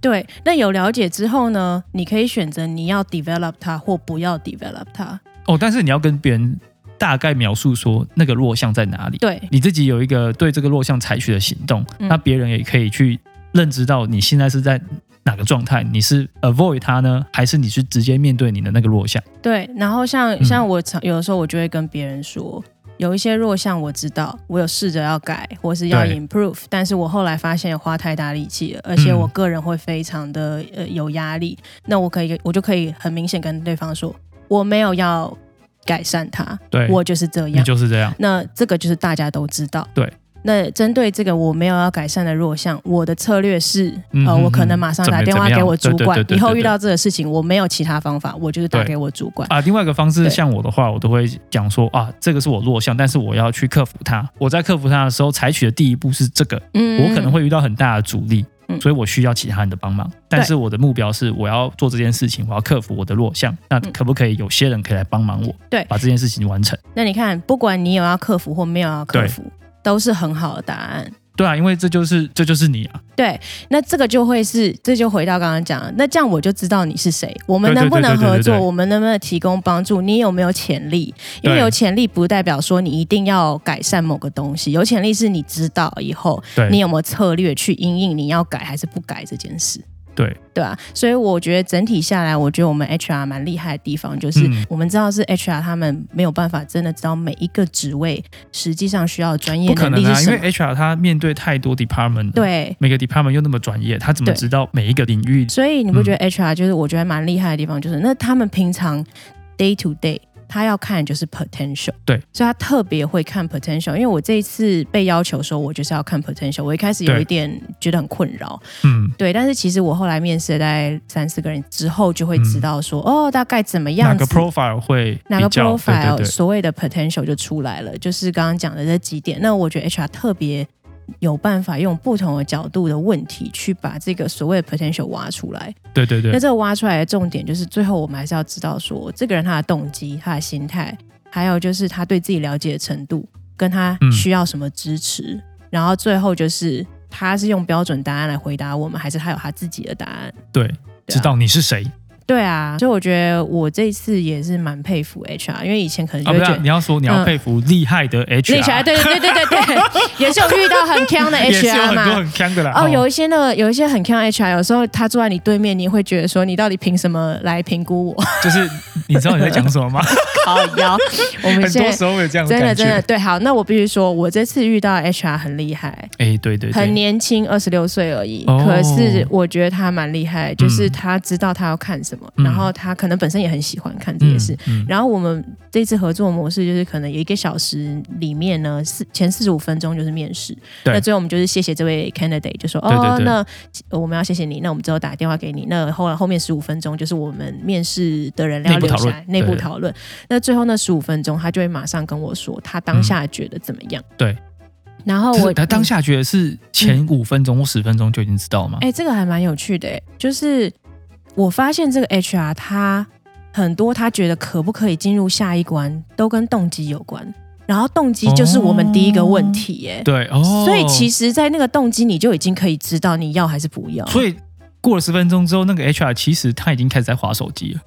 B: 对，那有了解之后呢，你可以选择你要 develop 它或不要 develop 它。
A: 哦，但是你要跟别人大概描述说那个弱项在哪里，
B: 对，
A: 你自己有一个对这个弱项采取的行动，
B: 嗯
A: 那别人也可以去认知到你现在是在哪个状态，你是 avoid 它呢，还是你是直接面对你的那个弱项？
B: 对，然后像
A: 嗯
B: 像我常有的时候我就会跟别人说，有一些弱项我知道，我有试着要改或是要
A: 对
B: improve，但是我后来发现花太大力气了，而且
A: 嗯
B: 我个人会非常的呃有压力。那我可以我就可以很明显跟对方说，我没有要改善它，
A: 对，
B: 我就是这
A: 你
B: 样。
A: 就是这样。
B: 那这个就是大家都知道。
A: 对。
B: 那针对这个我没有要改善的弱项，我的策略是，
A: 嗯
B: 呃，
A: 嗯
B: 我可
A: 嗯
B: 能马上
A: 怎么
B: 打电
A: 怎
B: 话
A: 么样
B: 给我
A: 对
B: 主
A: 对
B: 管
A: 对，对
B: 以后
A: 对
B: 遇到这个事情我没有其他方法，我就是打
A: 对
B: 给我主管。
A: 啊，另外一个方式，
B: 对
A: 像我的话，我都会讲说啊，这个是我弱项，但是我要去克服它。我在克服它的时候，采取的第一步是这个，
B: 嗯
A: 我可能会遇到很大的阻力，
B: 嗯
A: 所以我需要其他人的帮忙。但是我的目标是，我要做这件事情，我要克服我的弱项。那可不可以有些人可以来帮忙我，
B: 嗯对
A: 把这件事情完成？
B: 嗯那你看，不管你有要克服或没有要克
A: 对
B: 服，都是很好的答案。
A: 对啊，因为这就是这就是你啊，
B: 对，那这个就会是，这就回到刚刚讲的，那这样我就知道你是谁，我们
A: 对对
B: 能不
A: 对
B: 能
A: 对对
B: 合
A: 对
B: 作，
A: 对
B: 我们能不能提供帮助，你有没有潜力？因为
A: 对
B: 有潜力不代表说你一定要改善某个东西，有潜力是你知道以后
A: 对
B: 你有没有策略去因应你要改还是不改这件事。
A: 对
B: 对啊，所以我觉得整体下来，我觉得我们 HR 蛮厉害的地方，就是
A: 嗯
B: 我们知道是 HR 他们没有办法真的知道每一个职位实际上需要的专业
A: 不可能
B: 能力是
A: 啊，因
B: 什
A: 为
B: 么。
A: HR 他面对太多 department，了，
B: 对，
A: 每个 department 又那么专业，他怎么
B: 对
A: 知道每一个领域？
B: 所以你不
A: 嗯
B: 觉得 HR 就是我觉得蛮厉害的地方，就是、那他们平常 day to day 他要看的就是 potential，
A: 对，
B: 所以他特别会看 potential。因为我这一次被要求说，我就是要看 potential，我一开始有
A: 对
B: 一点觉得很困扰，
A: 嗯，
B: 对，但是其实我后来面试了大概三四个人之后，就会知道说、哦，大概怎么
A: 嗯哪
B: 样
A: 个
B: 子。
A: profile 会
B: 哪
A: 比
B: 个
A: 较
B: profile
A: 对对对，
B: 所谓的 potential 就出来了，就是刚刚讲的这几点。那我觉得 HR 特别有办法用不同的角度的问题去把这个所谓的 potential 挖出来。
A: 对对对
B: 那。这个挖出来的重点就是，最后我们还是要知道说，这个人他的动机、他的心态，还有就是他对自己了解的程度，跟他
A: 嗯
B: 需要什么支持。然后最后就是，他是用标准答案来回答我们，还是他有他自己的答案？
A: 对，知道你是谁
B: 对啊，所以我觉得我这一次也是蛮佩服 HR，因为以前可能
A: 啊？
B: 就
A: 不
B: 会
A: 是
B: 觉
A: 啊，
B: 得。
A: 你要说你要
B: 嗯
A: 佩服厉害的 HR，
B: 厉害，对对对对对对，也是有遇到很强 的
A: 也是有
B: HR
A: 很多啊
B: 嘛。
A: 很强的啦。
B: 哦，有一些呢，有一些很强的 HR，有时候他坐在你对面，你会觉得说，你到底凭什么来评估我？
A: 就是你知道你在讲什么 吗？
B: 好 腰，我们
A: 很
B: 现
A: 多
B: 在
A: 时候会有这样
B: 真的
A: 感觉。
B: 真的对，好，那我必须说，我这次遇到 HR 很厉害，
A: 哎，对对
B: 很
A: 对，
B: 年轻，二十六岁而已，
A: 哦
B: 可是我觉得他蛮厉害，就是他知道他要看什么，
A: 嗯
B: 然后他可能本身也很喜欢看这件事。
A: 嗯，嗯
B: 然后我们这次合作模式就是，可能有一个小时里面呢，四前四十五分钟就是面试。
A: 对
B: 那最后我们就是谢谢这位 candidate，就说
A: 对对
B: 哦，
A: 对
B: 那呃我们要谢谢你，那我们之后打电话给你。那后来后面十五分钟就是我们面试的人要
A: 内部
B: 留
A: 讨
B: 下
A: 论
B: 来内部
A: 对对
B: 讨论。那最后那十五分钟，他就会马上跟我说他当下觉得怎么样。
A: 嗯对。
B: 然后
A: 就是
B: 我嗯
A: 他当下觉得是前五分钟或十分钟就已经知道吗？
B: 哎、这个还蛮有趣的、欸，就是我发现这个 HR 他很多他觉得可不可以进入下一关，都跟动机有关，然后动机就是我们第一个问题、欸，哎、
A: 对哦，
B: 所以其实，在那个动机你就已经可以知道你要还是不要。
A: 所以过了十分钟之后，那个 HR 其实他已经开始在划手机了，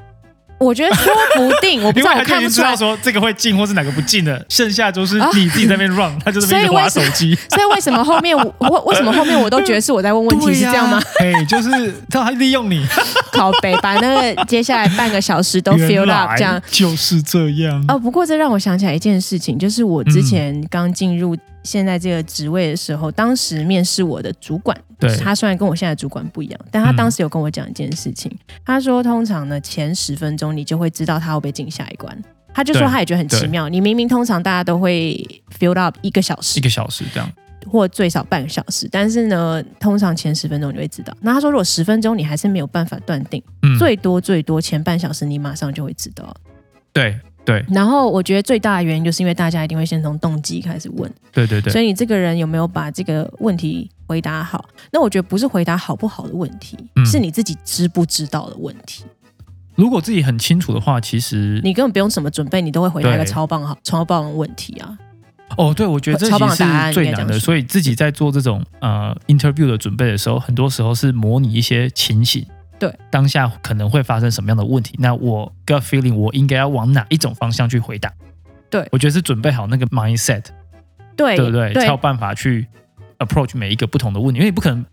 B: 我觉得说不 定，我不
A: 因
B: 知
A: 为
B: 道，
A: 他就已
B: 我看
A: 经
B: 不
A: 知
B: 出
A: 道
B: 来。
A: 说这个会进或是哪个不进的，剩下就是
B: 啊
A: 你自己在那边 run，他就在那边划手机。
B: 所以为什么后面我我 为什么后面我都觉得是我在问问题
A: 对
B: 是
A: 呀
B: 这样吗？？
A: 哎，就是他利用你，
B: 靠北把那个接下来半个小时都 fill
A: 原
B: up
A: 来
B: 这样，
A: 就是这样。
B: 哦，不过这让我想起来一件事情，就是我
A: 嗯
B: 之前刚进入现在这个职位的时候，当时面试我的主管，
A: 对
B: 他虽然跟我现在的主管不一样，但他
A: 嗯
B: 当时有跟我讲一件事情，他说通常呢前十分钟你就会知道他会不会进下一关。他就说
A: 对
B: 他也觉得很奇
A: 对
B: 妙，你明明通常大家都会 fill up 一个小
A: 一
B: 时，
A: 个小时这样，
B: 或最少半个小时，但是呢，通常前十分钟你就会知道。那他说，如果十分钟你还是没有办法断定，
A: 嗯，
B: 最多最多前半小时你马上就会知道。
A: 对对
B: 然后我觉得最大的原因就是因为大家一定会先从动机开始问，
A: 对对对，
B: 所以你这个人有没有把这个问题回答好？那我觉得不是回答好不好的问题，
A: 嗯
B: 是你自己知不知道的问题。
A: 如果自己很清楚的话，其实
B: 你根本不用什么准备，你都会回答一个
A: 对
B: 超棒好超棒的问题啊！
A: 哦，对，我觉得这
B: 超
A: 其
B: 棒
A: 实
B: 的答案
A: 是最
B: 应该这
A: 难
B: 样
A: 的，
B: 说
A: 所以自己在做这种呃 interview 的准备的时候，很多时候是模拟一些情形，
B: 对，
A: 当下可能会发生什么样的问题，那我 gut feeling 我应该要往哪一种方向去回答？
B: 对
A: 我觉得是准备好那个 mindset，
B: 对
A: 对不对？才有
B: 对，
A: 办法去 approach 每一个不同的问题，因为你不可能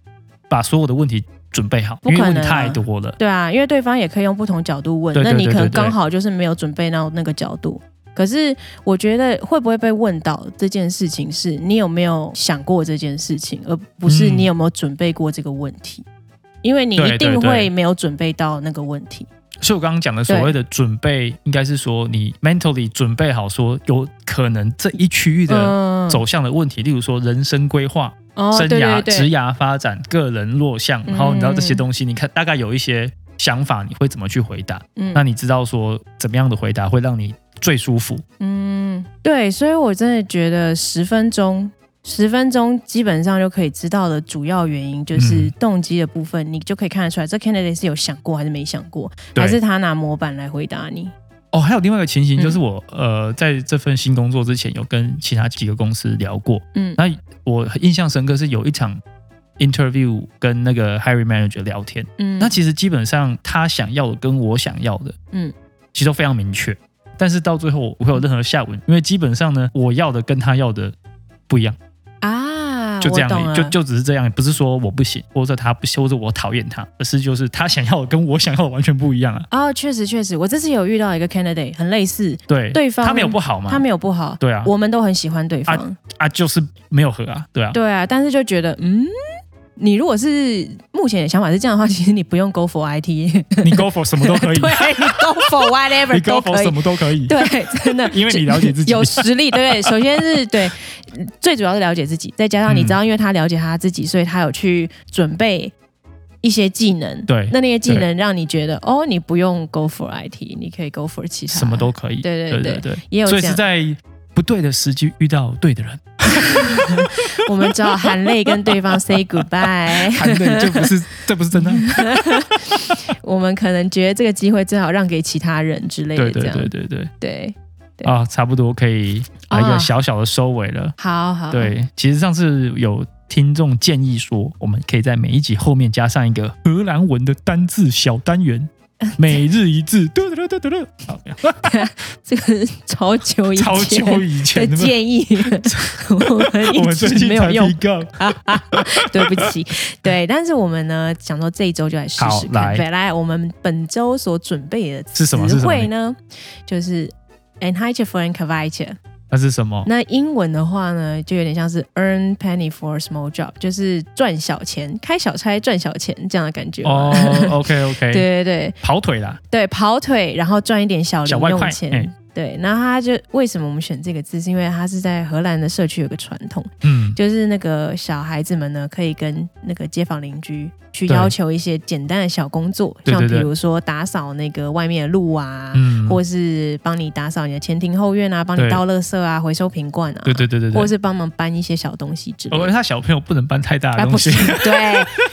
A: 把所有的问题准备好，
B: 不
A: 因为
B: 可
A: 问题
B: 能啊
A: 太多了。
B: 对啊，因为对方也可以用不同角度问，
A: 对对
B: 那你
A: 对
B: 可能
A: 对对
B: 刚好就是没有准备到那个角度。可是我觉得会不会被问到这件事情，是你有没有想过这件事情，而不是
A: 嗯
B: 你有没有准备过这个问题，因为你
A: 对
B: 一定
A: 对对
B: 会没有准备到那个问题。
A: 所以我刚刚讲的所谓的准备，应该是说你 mentally 准备好，说有可能这一区域的
B: 嗯
A: 走向的问题，例如说人生规划、
B: 哦
A: 生
B: 对
A: 涯、
B: 对嗯对
A: 职涯发展、个人落项，然后你知道这些东西，你看大概有一些想法，你会怎么去回答？
B: 嗯
A: 那你知道说怎么样的回答会让你最舒服？
B: 嗯，对，所以我真的觉得十分钟，十分钟基本上就可以知道的主要原因就是
A: 嗯
B: 动机的部分，你就可以看得出来，这 candidate 是有想过还是没想过，还是他拿模板来回答你。
A: 哦，还有另外一个情形，
B: 嗯
A: 就是我、呃，在这份新工作之前，有跟其他几个公司聊过。
B: 嗯
A: 那我印象深刻是有一场 interview 跟那个 hiring manager 聊天，
B: 嗯，
A: 那其实基本上他想要的跟我想要的，
B: 嗯，
A: 其实都非常明确。但是到最后我不会有任何下文，因为基本上呢，我要的跟他要的不一样，
B: 啊，
A: 就这样
B: 我懂
A: 而
B: 了
A: 已，就就只是这样，不是说我不行，或者他不行，或者我讨厌他，而是就是他想要的跟我想要的完全不一样啊。
B: 哦，确实确实，我这次有遇到一个 candidate 很类似，
A: 对，
B: 对方
A: 他没有不好嘛，
B: 他没有不好，
A: 对啊，
B: 我们都很喜欢对方，
A: 啊，就是没有合啊，对啊，
B: 对啊，但是就觉得嗯。你如果是目前的想法是这样的话，其实你不用 go for IT，对
A: 你 go for 什么都 可以，
B: 啊你 go for whatever
A: 你 go
B: 都
A: for
B: 可以
A: 什，么 都可以，，
B: 对，真的
A: 因为你了解自己
B: 有实力，对不对？首先是对，最主要是了解自己，再加上你知
A: 嗯
B: 道，因为他了解他自己，所以他有去准备一些技能。
A: 对
B: 那那些技能让你觉得，哦，你不用 go for IT，你可以 go for 其他，
A: 什么都可以，
B: 对
A: 对
B: 对
A: 对
B: 也有
A: 所以
B: 这
A: 是
B: 样。
A: 在不对的时机遇到对的人，
B: 我们只好含泪跟对方 say goodbye。
A: 谈的就不是这不是真的，
B: 我们可能觉得这个机会最好让给其他人之类
A: 对
B: 的，这
A: 对
B: 样
A: 对对对
B: 对对
A: 啊，差不多可以来一个
B: 啊
A: 小小的收尾了。
B: 好好，
A: 对，其实上次有听众建议说，我们可以在每一集后面加上一个荷兰文的单字小单 元。每日一字，嘟嘟嘟嘟嘟，好，没有
B: 这个是超久以前
A: 超久以前
B: 的
A: 的，
B: 建 议，我们
A: 我们
B: 一
A: 最
B: 直
A: 近
B: 没有
A: 才
B: 用
A: p。告。
B: 对不起，对，但是我们呢，想说这一周就来试
A: 好
B: 试
A: 来
B: 看。对，来，我们本周所准备的
A: 是什么
B: 词
A: 是什么
B: 汇呢，就是 enhance for and c o v i t e
A: 那是什么？
B: 那英文的话呢，就有点像是 earn penny for small job，就是赚小钱、开小差赚小钱这样的感觉嘛。
A: 哦，OK OK，
B: 对对对
A: 跑腿啦，
B: 对，跑腿然后赚一点小
A: 小
B: 零
A: 外快
B: 用
A: 哎
B: 钱。对，那他就为什么我们选这个字，是因为它是在荷兰的社区有个传统，
A: 嗯，
B: 就是那个小孩子们呢，可以跟那个街坊邻居去
A: 对
B: 要求一些简单的小工作，
A: 对对对
B: 像比如说打扫那个外面的路啊，
A: 嗯，
B: 或是帮你打扫你的前庭后院啊，帮
A: 对
B: 你倒垃圾啊，回收瓶罐啊，
A: 对对对对对，
B: 或是帮忙搬一些小东西之类
A: 哦，
B: 的。
A: 而他小朋友不能搬太大的
B: 啊不
A: 东西
B: 是，， 对，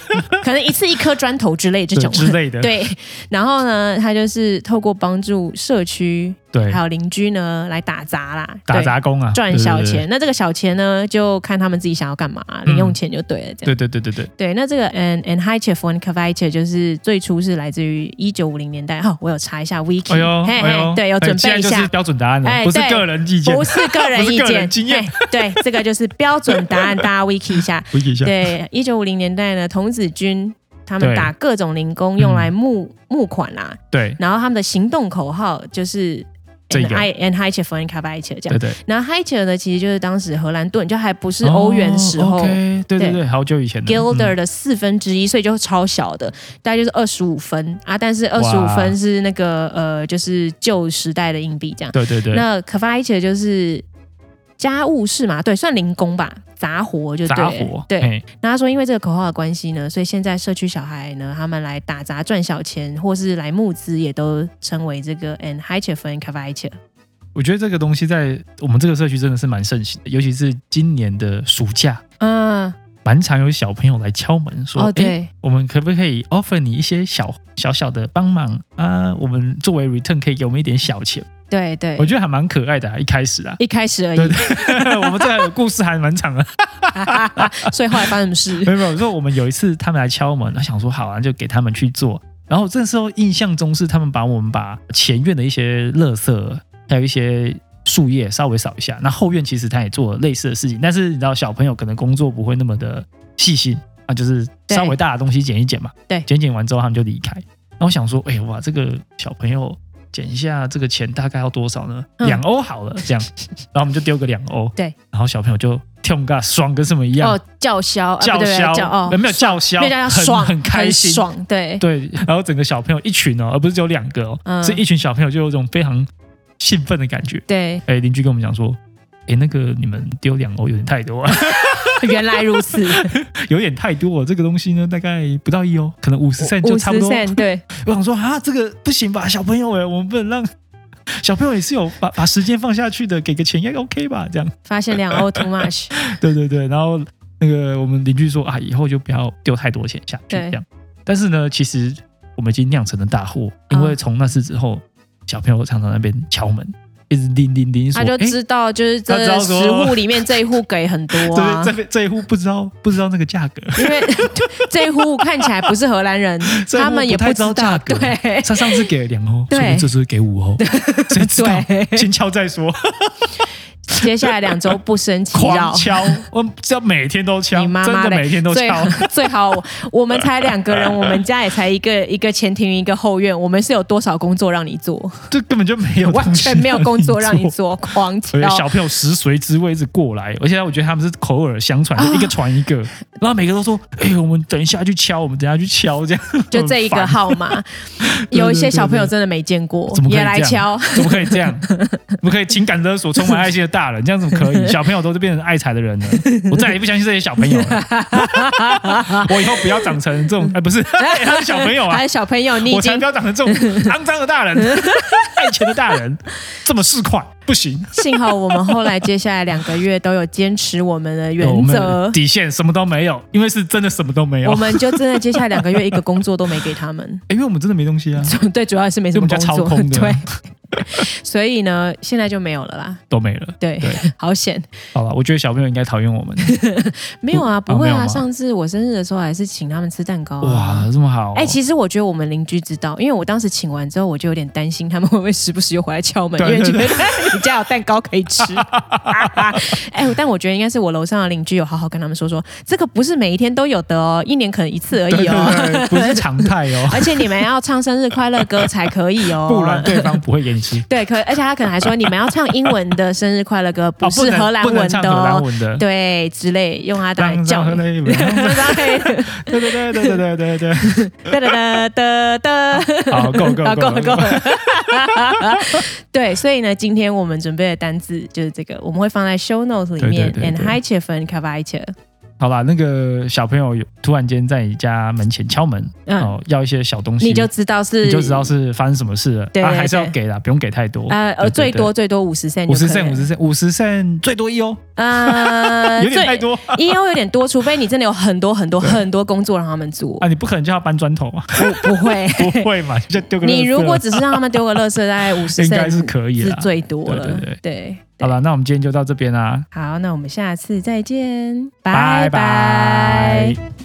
B: 可能一次一颗砖头之类这
A: 对
B: 种
A: 之类的，
B: 对，然后呢，他就是透过帮助社区
A: 对
B: 还，有邻居呢来打杂啦，
A: 打
B: 对
A: 杂工啊，
B: 赚小
A: 对嗯
B: 钱。，那这个小钱呢，就看他们自己想要干嘛，零用钱就对了。这样、
A: 对对对对对对，
B: 对。那这个 an an high chef and c a v i c h e 就是最初是来自于一九五零年代。哦，我有查一下 wiki，、
A: 哎呦
B: 嘿
A: 哎呦，
B: 嘿，对，有准
A: 现在
B: 备一
A: 就是
B: 下。
A: 标准答案了，
B: 哎
A: 不是
B: 对
A: 个人意见
B: 不，是个人
A: 不是
B: 意
A: 个人
B: 见，
A: 经验
B: 嘿对，这个就是标准答案，大家 wiki 一下。
A: 回忆一下，
B: 对，一九五零年代呢，童子军他们
A: 对
B: 打各种零工，用
A: 嗯
B: 来募、募款啦、
A: 对
B: 然后他们的行动口号就是
A: 这个
B: and I and high chef and c a v i c h e 这样
A: 对。对，
B: 然后 h i g h e r 呢，其实就是当时荷兰盾，就还不是欧元时候。
A: 哦，OK，对对嗯
B: 对
A: 对，好久以前的
B: Gilder 的四分之一，所以就是超小的，大概就是二十五分啊。但是二十五
A: 哇
B: 分是那个呃，就是旧时代的硬币这样
A: 嗯。对对对，
B: 那 k v a i c h e 就是家务事嘛，对，算零工吧，杂活就对
A: 杂
B: 了
A: 活，
B: 对，
A: 嘿
B: 那他说，因为这个口号的关系呢，所以现在社区小孩呢，他们来打杂赚小钱，或是来募资，也都称为这个 and h i c h e f and k a v a c h e
A: 我觉得这个东西在我们这个社区真的是蛮盛行的，尤其是今年的暑假，
B: 嗯，
A: 蛮常有小朋友来敲门说：“
B: 哦
A: 诶
B: 对，
A: 我们可不可以 offer 你一些小小小的帮忙啊？我们作为 return 可以给我们一点小钱。”
B: 对对。
A: 我，觉得还蛮可爱的、啊，一开始啊
B: 一开始而已
A: 对，我们这个故事还蛮长的，
B: 所以后来发生什么
A: 没
B: 事？
A: 有没有。我说我们有一次他们来敲门，他想说好啊，就给他们去做。然后这时候印象中是他们把我们把前院的一些垃圾，还有一些树叶稍微扫一下。那后院其实他也做了类似的事情，但是你知道小朋友可能工作不会那么的细心啊，就是
B: 对
A: 稍微大的东西捡一捡嘛。
B: 对
A: 捡一捡完之后他们就离开。然后我想说，哎、哇，这个小朋友捡一下这个钱大概要多少呢？
B: 嗯
A: 两欧好了， 这样。然后我们就丢个两欧。
B: 对。
A: 然后小朋友就跳嘎爽跟什么一样。
B: 哦，叫嚣，啊不
A: 叫
B: 对
A: 嚣，
B: 叫哦，
A: 没有叫嚣，
B: 没有叫
A: 很
B: 爽，
A: 很开心，
B: 爽，对，
A: 对，然后整个小朋友一群哦，而不是只有两个哦，
B: 嗯
A: 是一群小朋友就有一种非常兴奋的感觉。
B: 对，
A: 哎，邻居跟我们讲说，哎，那个你们丢两欧有点太多了，
B: 原来如 此，
A: 有点太多哦了，这个东西呢大概不到一欧，可能五十 cent 就
B: 五
A: 差不
B: 十
A: 多。
B: cent，对，
A: 我想说啊，这个不行吧，小朋友哎，我们不能让。 小朋友也是有把把时间放下去的，给个钱应该 OK 吧？这样，
B: 发现两欧 too much，
A: 对对对，然后那个我们邻居说啊，以后就不要丢太多钱下去
B: 对
A: 这样。但是呢，其实我们已经酿成了大祸，因
B: 嗯
A: 为从那次之后，小朋友常常在那边敲门，一直叮叮叮说，
B: 他就
A: 诶
B: 知道就是
A: 他知
B: 这
A: 道说
B: 十户里面这一户给很多啊
A: 这，这这一户不知道不知道那个价格，
B: 因为 这一户看起来不是荷兰人，
A: 这一户
B: 他们也
A: 不太
B: 不
A: 知道
B: 知
A: 价
B: 道，
A: 格
B: 对
A: 他上次给了两欧，说
B: 对
A: 不定这次给五欧，谁知道？
B: 对
A: 先敲再说，
B: 接下来两周不生气
A: 狂
B: 扰。
A: 敲，我只要每天都敲，
B: 你妈
A: 真
B: 妈
A: 的
B: 嘞
A: 每天都
B: 最
A: 敲。
B: 好 最好，我们才两 个人，我们家也才一个一个前庭一个后院，我们是有多少工作让你做？
A: 这根本就没有
B: 完
A: 东西
B: 全没有工作让你
A: 做
B: 做，狂敲
A: 所以。小朋友食髓知味一直过来，而且我觉得他们是口耳相 传，就一个传一个，然后每个都说：“哎、我们等一下去敲，我们等一下去敲。”这样
B: 就这一个，
A: 很烦
B: 号码，
A: 对
B: 有一些
A: 对对
B: 小朋友真的没见过
A: 怎么，可以
B: 也来
A: 这样
B: 敲。
A: 怎么可以这样？怎么可以情感勒索充满爱心的大人？这样怎么可 以？小朋友都是变成爱财的人了，我再也不相信这些小朋友了。 我以后不要长成这种，哎、不是、他是小朋友啊
B: 还，有小朋友，哎你已
A: 我才
B: 经
A: 不要长成 这种肮脏的大人，爱钱的大人，这么市侩不行。
B: 幸好我们后来接下来两个月都有坚持我们的
A: 哦我
B: 原
A: 们
B: 则，
A: 底线什么都没有，因为是真的什么都没有。
B: 我们就真的接下来两个月一个工作都没给他 们。
A: 因为我们真的没东西啊，
B: 对，主要是没什
A: 因为我
B: 么
A: 们家超
B: 工作，
A: 空的，
B: 对，所以呢，现在就没有了啦。
A: 都没了。
B: 对，
A: 对，
B: 好险，
A: 好了，我觉得小朋友应该讨厌我们。
B: 没有啊，
A: 不
B: 不
A: 哦
B: 会
A: 没有吗
B: 啊。上次我生日的时候还是请他们吃蛋糕、啊。
A: 哇，这么好、哦
B: 哎、其实我觉得我们邻居知道，因为我当时请完之后，我就有点担心他们会不会时不时又回来敲门，
A: 对
B: 因为
A: 对
B: 觉得 你家有蛋糕可以 吃。哎、但我觉得应该是我楼上的邻居有好好跟他们说说，这个不是每一天都有的哦，一年可能一次而
A: 对
B: 已
A: 对
B: 哦，
A: 对，不是常态 哦，
B: 而且你们要唱生日快乐歌才可以哦，
A: 不然对方不会给你吃。
B: 对，可而且他可能还说你们要唱英文的生日快乐歌，
A: 哦
B: 是
A: 能
B: 荷兰
A: 不
B: 文
A: 能唱
B: 的
A: 荷兰
B: 哦，
A: 文的。
B: 对，之类用它来
A: 让
B: 叫
A: 让荷
B: 你。
A: 兰文
B: 对
A: 对对对对对对对
B: 哒哒哒哒
A: 对，好，够够
B: 哒，
A: 啊够
B: 够了够。了。 对，所以呢，今天我们准备的单字就是这个，我们会放在 show notes 里
A: 对对
B: 面。
A: 对
B: And
A: 对
B: hi, c h e f and k a v a i c h e
A: 好啦，那个小朋友有突然间在你家门前敲门，
B: 嗯，
A: 哦，要一些小东西，
B: 你就知道是
A: 你就知道是发生什么事了。
B: 对
A: 啊
B: 对
A: 还是要
B: 对
A: 给啦，不用给太多。
B: 呃
A: 对
B: 呃，
A: 对
B: 最
A: 对
B: 多最多五十 cent，
A: 五十 cent，五十 cent，五十 cent 最多一哦，
B: 呃，
A: 有点
B: 最
A: 太多
B: 因为有点多，除非你真的有很多很多很多工作让他们做，
A: 啊！你不可能叫他搬砖头嘛？
B: 不不会。
A: 不会嘛？ 就丢个垃圾。
B: 你如果只是让他们丢个垃圾，大概五 十
A: 应该是可以
B: 是
A: 啦。
B: 最多了。
A: 对对
B: 对
A: 好了，那我们今天就到这边啦，
B: 好，那我们下次再见，
A: 啊拜
B: 拜拜
A: 拜。